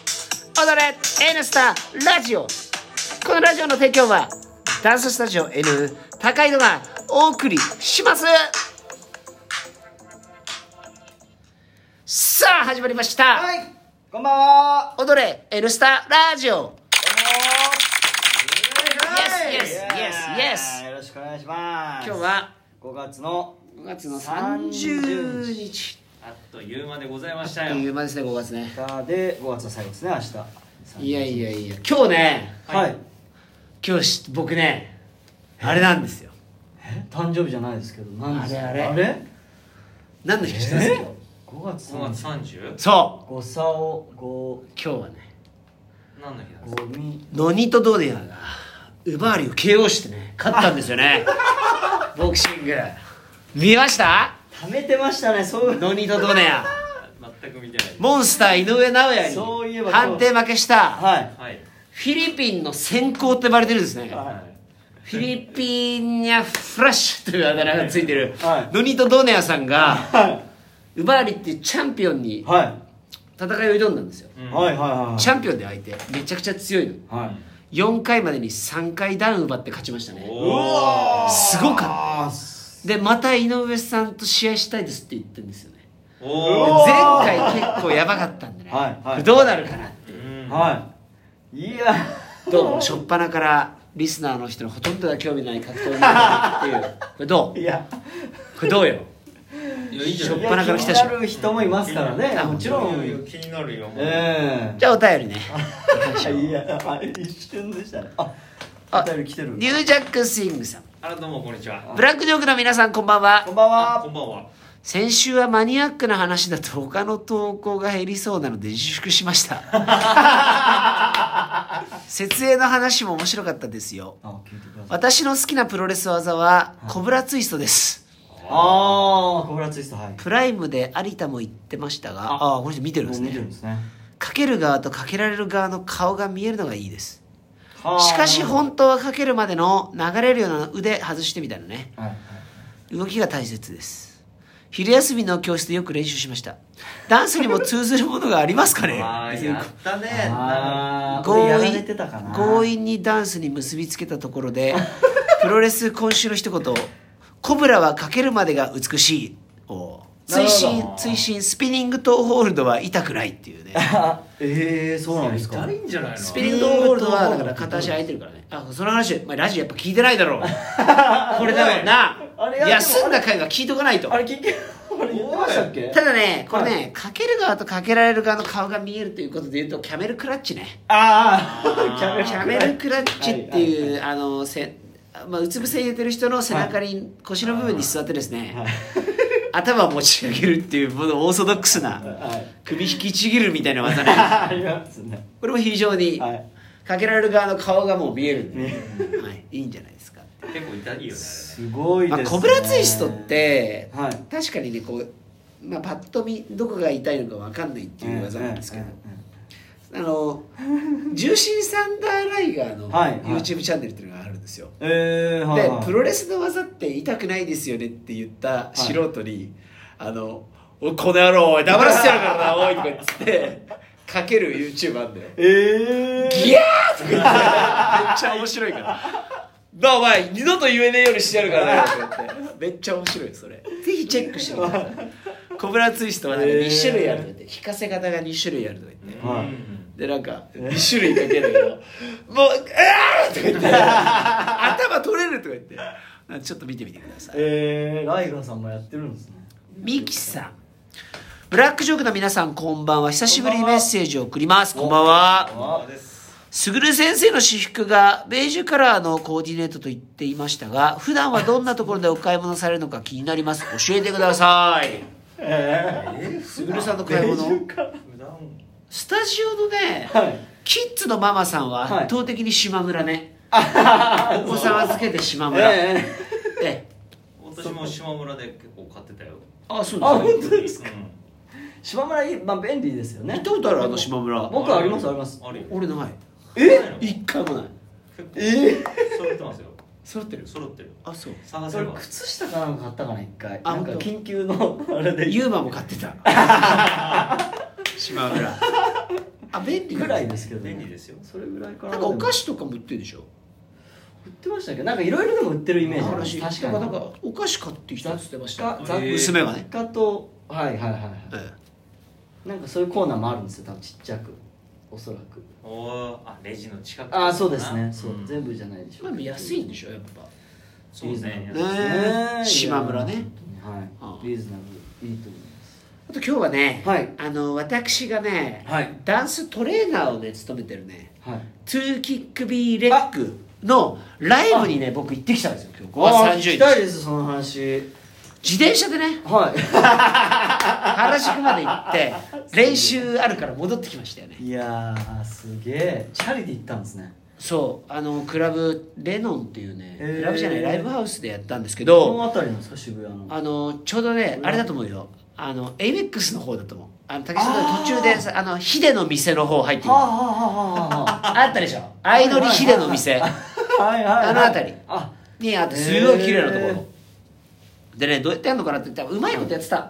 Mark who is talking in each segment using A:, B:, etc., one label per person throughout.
A: 踊れ N スタラジオこのラジオの提供はダンススタジオ N 高井戸がお送りしますさあ始まりました、
B: はい、こんばんは。
A: 踊れ N スタラジオ
B: はい
A: Yes, yes, yes, yes.
B: よろしくお願いします。
A: 今日は
B: 5月の
A: 5月の30日
C: あっという間でございまし
A: と
C: たよ。
A: いう間ですね5月ね
B: 中で5月の最後ですね、明日。
A: いやいやいや今日ね
B: はい。
A: 今日し僕ねあれなんですよ
B: え誕生日じゃないですけど、何ですか
A: あれあ
B: あ
A: れ
B: れ
A: 何の日か知ってます今日
B: ?5 月
C: 5月30
A: そ
B: 5さお5
A: う今日はね
C: 何の日なんです
B: ゴミ
A: ノニとドディアがウバーリを KO してね勝ったんですよ ねボクシング見ました
B: 溜めてましたね、そういう
A: ノニとドネア
C: か全く見てないです。
A: モンスター井上尚
B: そうい
A: 弥
B: え
A: に
B: ば
A: 判定負けした
B: はい
C: はい。
A: フィリピンの先行と呼ばれてるんですね
B: はい
A: フィリピンニャフラッシュというあだ名がついてる
B: はい
A: ノニとドネアさんが
B: は
A: ウバーリっていうチャンピオンに
B: いは
A: 戦いを挑んだんですよ
C: う
B: い
C: ん
B: はいはいはい
A: チャンピオンで相手めちゃくちゃ強いの
B: はい
A: 4回までに3回ダウン奪って勝ちましたね
C: お
B: うわー
A: すごかった
B: あ
A: でまた井上さんと試合したいですって言ってるんですよね
C: お
B: う
C: お
B: わ。
A: 前回結構やばかったんでね、
B: はいはい
A: どうなるかな
C: うん
B: はいいや
A: どうも初っ端からリスナーの人のほとんどが興味ない格闘になるっていうこれどう
B: いや
A: これどうよ
C: いやいいじゃ
A: しょ
C: な
A: っ
C: い
A: ぱなから来たし
B: いや気になる人もいますからねもちろ
C: いやいや
B: ん
C: 気になるよ。
B: え
A: じゃあお便りね
B: えいやはい一瞬でしたねあ
A: あ
B: お便り来てる
A: ニュージャックスイングさん
C: あらどうもこんにちは。
A: ブラックジョークの皆さんこんばんは
B: こんばん
C: あこ
B: は
C: んばんは。
A: 先週はマニアックな話だと他の投稿が減りそうなので自粛しました 設営の話も面白かったですよ
B: あ聞いてください
A: 私の好きなプロレス技はコブラツイストです
B: ああコブラツイストはい
A: プライムで有田も言ってましたがああこの人見てるん
B: も
A: で
B: う
A: す
B: 見てるん
A: ね
B: ですね
A: かける側とかけられる側の顔が見えるのがいいです
B: はあ
A: しかし本当はかけるまでの流れるような腕外してみたいなね
B: はいはい
A: 動きが大切です昼休みの教室でよく練習しましたダンスにも通ずるものがありますかね
C: あーやったね。
B: あーこれや
A: 強
B: ら
A: 引
B: れてたかな
A: 強引にダンスに結びつけたところ でプロレス今週の一言「コブラはかけるまでが美しい」を追
B: なる
A: 伸
B: ほど
A: 追伸スピニングとホールドは痛くないっていうね
B: あええそうなんですか
C: 誰いいんじゃないの？
A: スピニングとホールドはだから片足空いてるからねあその話お前ラジオやっぱ聞いてないだろ うこれだろうな
B: あれ
A: 休んだ回は聞いとかないと
B: あれ聞いてあれ言ってましたっけ
A: ただねこれね、
B: は
A: かける側とかけられる側の顔が見えるということで言うとキャメルクラッチね
B: ああキ
A: キャメルクラッチっていう、あのせ、まあ、うつ伏せに入れてる人の背中に、腰の部分に座ってですね、 頭を持ち上げるっていうものオーソドックスな
B: はい
A: 首引きちぎるみたいな技ね
B: ありますね
A: これも非常に、
B: はい
A: かけられる側の顔がもう見えるんで、はい、いいんじゃないですか、
C: 結構痛いよね
B: すごい
A: ま
B: で
A: すあ、
B: ね
A: コブラツイストって、
B: はい
A: 確かにねこう、まあ、パッと見どこが痛いのか分かんないっていう技なんですけど、
B: うんうんうん
A: あの重心サンダーライガーの
B: はいはい
A: YouTube チャンネルっていうのがあるんですよ、
B: えーはい
A: で
B: はい
A: プロレスの技って痛くないですよねって言った素人に「あのおいこの野郎おい黙らせてやるからなおい」とか言 ってかける YouTube あんだよ
B: え
A: 「
B: ー
A: ギャー!」とか言ってめっちゃ面白いから「なあお前二度と言えねえようにしてやるからな」とか言ってめっちゃ面白いそれぜひチェックしてみてくださいコブラツイストはなんか2種類あるとか言って引かせ方が2種類あるとか言って
C: あれ。
B: はい
C: うん
A: でなんか2種類かけるけど「 もうあー!」とか 言って「頭取れる」とか言ってなんかちょっと見てみてください
B: えーライガーさんもやってるんですね
A: ミキさんブラックジョークの皆さんこんばんは久しぶりにメッセージを送りますこんばんは
C: あです。
A: すぐる先生の私服がベージュカラーのコーディネートと言っていましたが普段はどんなところでお買い物されるのか気になります教えてくださ い
B: え
A: すぐるさんの買い物
C: 普段
A: スタジオのね、
B: はい
A: キッズのママさんは圧倒的に島村ね、お子さん預けて島
B: ー
A: 村、え
B: え
A: え
C: 私も島村で結構買ってたよ。
A: あそう
B: ーあ本
A: で
B: 当
A: すね
B: ですか
C: うん
B: 島村いいまあ便利ですよ
A: 行っ
B: ね
A: たことあるあの島村
B: 僕ありますあります
C: あるよ。
A: 俺ない
C: え
A: 一回もない
B: え
C: 揃ってますよ。
A: 揃ってる
C: 揃ってる。
A: あそう
C: 探
B: そ
C: せ
B: れ
C: ば。
B: 靴下かなんか買ったかな一回
A: あ
B: なんか
A: 本当
B: 緊急のあれで
A: ユーマも買ってた島村あ便利
B: ぐらいですけどね
C: 便利ですよ
B: それぐらいかな
A: なんかお菓
B: 子
A: 子とかも売ってるでしょ
B: 売ってましたっけどなんかいろいろでも売ってるイメージあります
A: 話
B: 確か
A: な
B: に
A: んかお菓子買ってきたっつってましたよ
B: 雑貨
C: えー
A: 娘がね
B: 雑貨とはいはいはいは
A: え
B: いなんかそういうコーナーもあるんですよ多分ちっちゃくおそらく
C: おーあレジの近く
B: ああそうですねそう、
C: ん
B: 全部じゃないでし
A: え
B: ょ
A: まあ安いんでしょやっぱ
C: そうですね
B: リー
A: ズナブルね
B: え
A: 島村ね
B: いや本当に
A: う
B: は
A: ん
B: いリーズナブルいいと思います
A: あと今日はね、
B: はい
A: あの私がね、
B: はい
A: ダンストレーナーをね務めてるね
B: はい
A: トゥーキックビーレッグのライブにね僕行ってきたんですよ今日5
B: 聞
A: 月
B: きた
A: 30日
B: いですその話
A: 自転車でね
B: は
A: 原宿まで行 って練習あるから戻ってきましたよね
B: いいやーすげえチャリで行ったんですね
A: そうあのクラブレノンっていうね、
B: へー
A: クラブじゃないライブハウスでやったんですけ
B: どの
A: ど
B: 辺りなんですか渋谷の
A: あのちょうどねあれだと思うよあのエイベックスの方だと思うあの竹下さん途中でさあのヒデの店の方入ってくる
B: はあはあはあは
A: あったでしょアイドルヒデの店
B: あはいはいはい
A: あの辺り
B: あ
A: にあってすごい綺麗なところ、
B: へ
A: でねどうやってやるのかなって言ったらうまいことやってた、
C: うん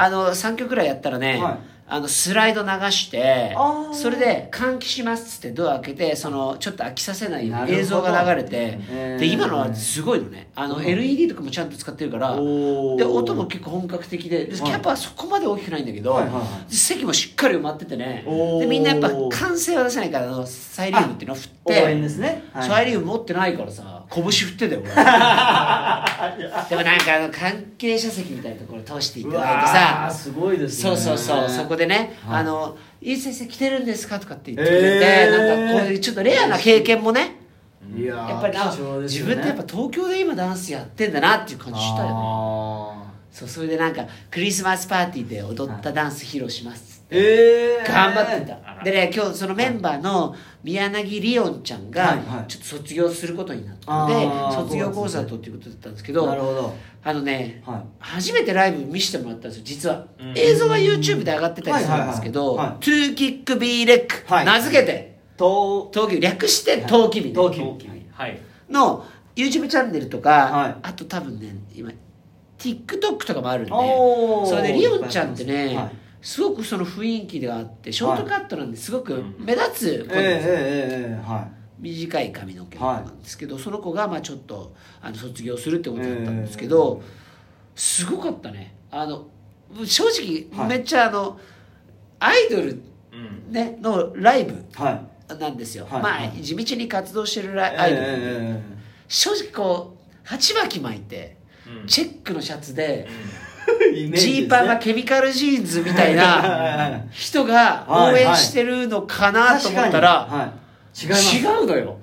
A: あの3曲くらいやったらね、
B: はい
A: あのスライド流して
B: あー
A: それで換気しますっつってドア開けてそのちょっと飽きさせないよう
B: な
A: に
B: るほど
A: 映像が流れて
B: へー
A: で今のはすごいのねあの
B: うん
A: LED とかもちゃんと使ってるから
B: おー
A: で音も結構本格的ででキ
B: はい
A: ャパはそこまで大きくないんだけど、
B: はいはいは
A: 席もしっかり埋まっててね
B: おー
A: でみんなやっぱ歓声は出せないからあのサイリウムっていうのを振っ
B: 応
A: て
B: 援ですねはい
A: サイリウム持ってないからさ拳振ってた よ俺でもなんかあの関係者席みたいなところ通していただいて
B: うわー
A: さ
B: すごいです
A: そ
B: ね
A: うそうそうそこでね「
B: はい
A: あのいい先生来てるんですか?」とかって言ってくれて、
B: えー
A: なんかこういうちょっとレアな経験もね
B: いやー
A: やっぱりな、
B: 貴重です
A: 自分
B: よね
A: ってやっぱ東京で今ダンスやってんだなっていう感じしたよね
B: あ
A: そうそれでなんかクリスマスパーティーで踊ったダンス披露しますっつって
B: ーえー
A: 頑張ってた、
C: あら
A: でね今日そのメンバーの宮柳りおんちゃん
B: は
A: が
B: いはい
A: ちょっと卒業することになったので、
B: あー
A: 卒業コンサートっていうことだったんですけど
B: なるほど
A: あのね
B: は
A: 初めてライブ見せてもらったんですよ実は、
C: うん
A: 映像は YouTube で上がってたりするんですけど「
B: はいはいはいはい
A: トゥーキックビーレック」
B: はい
A: 名付けて
B: いと
A: 東京略して東キビ、ね
B: 東急
C: 東急はい
A: の YouTube チャンネルとか、
B: はい
A: あと多分ね今 TikTok とかもあるんで
B: おー
A: それでリオンちゃんってね、
B: はい
A: すごくその雰囲気があってショートカットなんですごく
C: うん
A: 目立つ子
B: え
A: なんですよ、
B: えええええは
A: 短い髪の毛なんですけど、その子がまあちょっとあの卒業するってことだったんですけど、すごかったねあの正直
B: は
A: め
B: い
A: っちゃあの、アイドル、
C: うん
A: ね、のライブ
B: いはい
A: なんですよ、
B: はい
A: ま
B: は
A: あ
B: い
A: 地道に活動してるライアイドル、
B: え
A: 正直こう鉢巻き巻いて
C: うん
A: チェックのシャツ
C: う
A: で
C: ん
B: ええええイメージです
A: ジ
B: ね
A: ーパンがケミカルジーンズみたいな
B: な
A: 人が応援してるのかなと思ったら
B: はい、違います
A: 違うのよ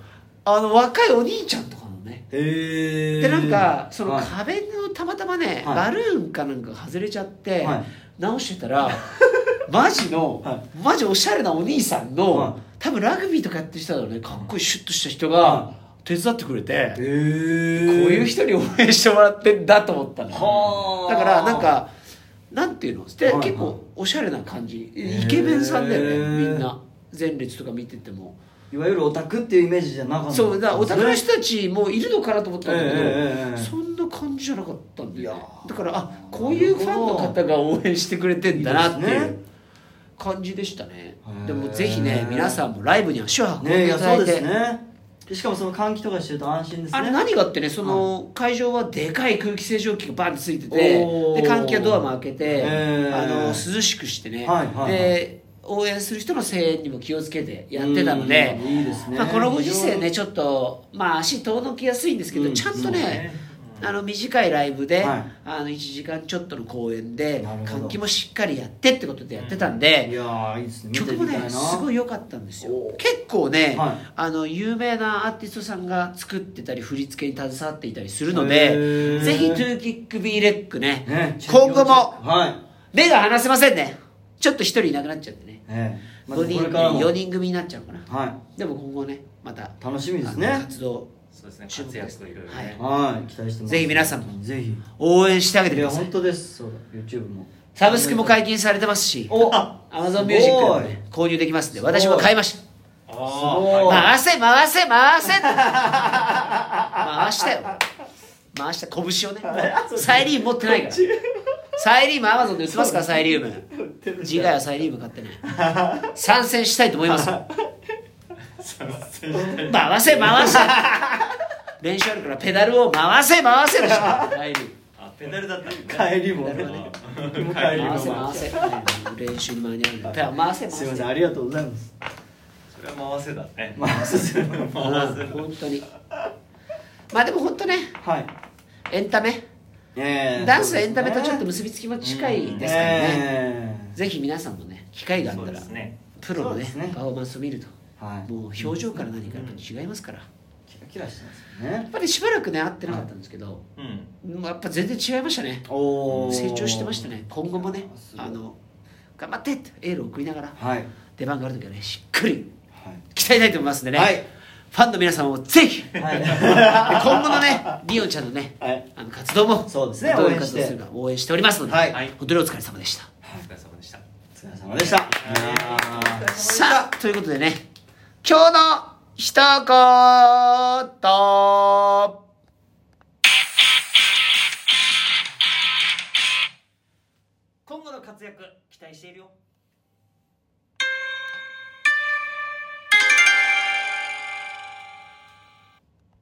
A: あの若いお兄ちゃんとかのね
B: へえ
A: でなんかその
B: はい
A: 壁のたまたまね
B: はい
A: バルーンかなんかが外れちゃって
B: はい
A: 直してたら マジの
B: は
A: マジおしゃれなお兄さん
B: は
A: の
B: い
A: 多分ラグビーとかやってる人だろうねかっこいいシュッとした人
B: は
A: が手伝ってくれて
B: へ
A: こ
B: え
A: ういう人に応援してもらってんだと思ったの
B: はあ
A: だからなんかなんていうので
B: はいはい
A: 結構おしゃれな感じイケメンさんだよね
B: へー
A: みんな前列とか見てても
B: いわゆるオタクっていうイメージじゃなかった
A: そうだからお
B: そ
A: 宅の
B: れ
A: 人たちもいるのかなと思ったんだけど、
B: ええええええ
A: そんな感じじゃなかったんだよ、
B: い
A: ね
B: や、ー
A: だからあこういうファンの方が応援してくれてんだなって
B: いい
A: い
B: ですね
A: う感じでしたね
B: へー
A: でもぜひね皆さんもライブに足を運ん
B: ね
A: で
B: い
A: い
B: や
A: た
B: そ
A: だ
B: う
A: いて、
B: ですねでしかもその換気とかしてると安心ですね
A: あれ何がってねその会場はでかい空気清浄機がバンってついてて
B: おー
A: で換気はドアも開けて、
B: えー
A: あの涼しくしてね、
B: はいはいはい
A: で応援する人の声援にも気をつけてやってたので
B: うんいいですね
A: まあ、このご時世ねちょっと、まあ、足遠のきやすいんですけど、
B: うん
A: ちゃん
B: そ
A: と
B: う
A: ね
B: です
C: ねうん
A: あの短いライブで、
B: はい
A: あの1時間ちょっとの公演で
B: なるほど
A: 換気もしっかりやってってことでやってたん
B: い
A: で、
B: やーいいですね見て
A: 曲
B: み
A: も
B: たいな
A: ねすごい良かったんですよ
B: おー
A: 結構ね、
B: はい
A: あの有名なアーティストさんが作ってたり振り付けに携わっていたりするの
B: へ
A: で
B: ー
A: ぜひ「トゥーキックビーレックね」
B: ね
A: 今後も
B: はい
A: 目が離せませんねちょっと一人いなくなっちゃってね、
B: ええま
A: 5
B: ず
A: 人
B: これからも
A: 4人組になっちゃうかな
B: は
A: でも今後ねまた
B: い楽しみです
A: あの
B: ね
A: 活動
C: そうですね活躍といろいろ
A: はい
C: ね
B: はい期待してます
A: ぜひ皆さんも
B: ぜひ
A: 応援してあげて
B: い
A: く
B: や
A: ださい
B: 本当ですそうだ YouTube も
A: サブスクも解禁されてますし
B: お
A: Amazon ミュージック
B: すごい
A: で、ね、購入できますんで私も買いました
C: あ
B: すごい
C: あ
A: 回せ回せ回せ回したよ回した 拳をねサイリウム持ってないからサイリウムアマゾンで売ってますからサイリウム
B: てる
A: 次回はサイリーブ買ってね参戦したいと思いますよ
C: 参戦し たい
A: 回せ回せ練習あるからペダルを回せ回せでしょライブ
C: あペダルだった
B: 帰りも
C: ね
B: ね
C: 帰りも
B: 帰りも
A: 回せ回せ練習に間に合うんだペダル 回せ回
B: す
A: せ
B: いませんありがとうございます
C: それは回せだね
B: 回せですよ
C: 回せ
A: うん本当にまあでも本当ね
B: はい
A: エンタメ
B: ええ
A: ダンスエンタメとちょっと
B: 難
A: 結
B: し
A: びつきも近い
B: い
A: ですからね、ぜひ皆さんもね機会があっ
C: そう
A: た
C: で
A: ら、
C: すね
A: プロのね
B: そうですね
A: パフォーマンスを見ると
B: はい
A: もう表情から何からやっぱり違いますから、
B: キラキラしてますよね
A: やっぱりしばらくね会ってなかったんですけど、
C: うん
A: もうやっぱ全然違いましたね
B: おお
A: 成長してましたね今後もね
B: すごい
A: あの頑張ってってエールを送りながら
B: はいはい
A: 出番がある時はねしっかり鍛えたいと思いますんでね、
B: はい
A: ファンの皆さんもぜひで
B: は
A: 今後のねリオンちゃんのね、
B: はい
A: あの活動も
B: そうですね
A: どう
B: 応
A: いう
B: 援し
A: 活
B: て
A: 動するか応援しておりますので、
B: はい
C: はい
A: 本当にお疲れ様でした
C: お疲れ様でした
B: いお疲れ様でした
A: さあということでね今日の一言今後の活躍期待しているよ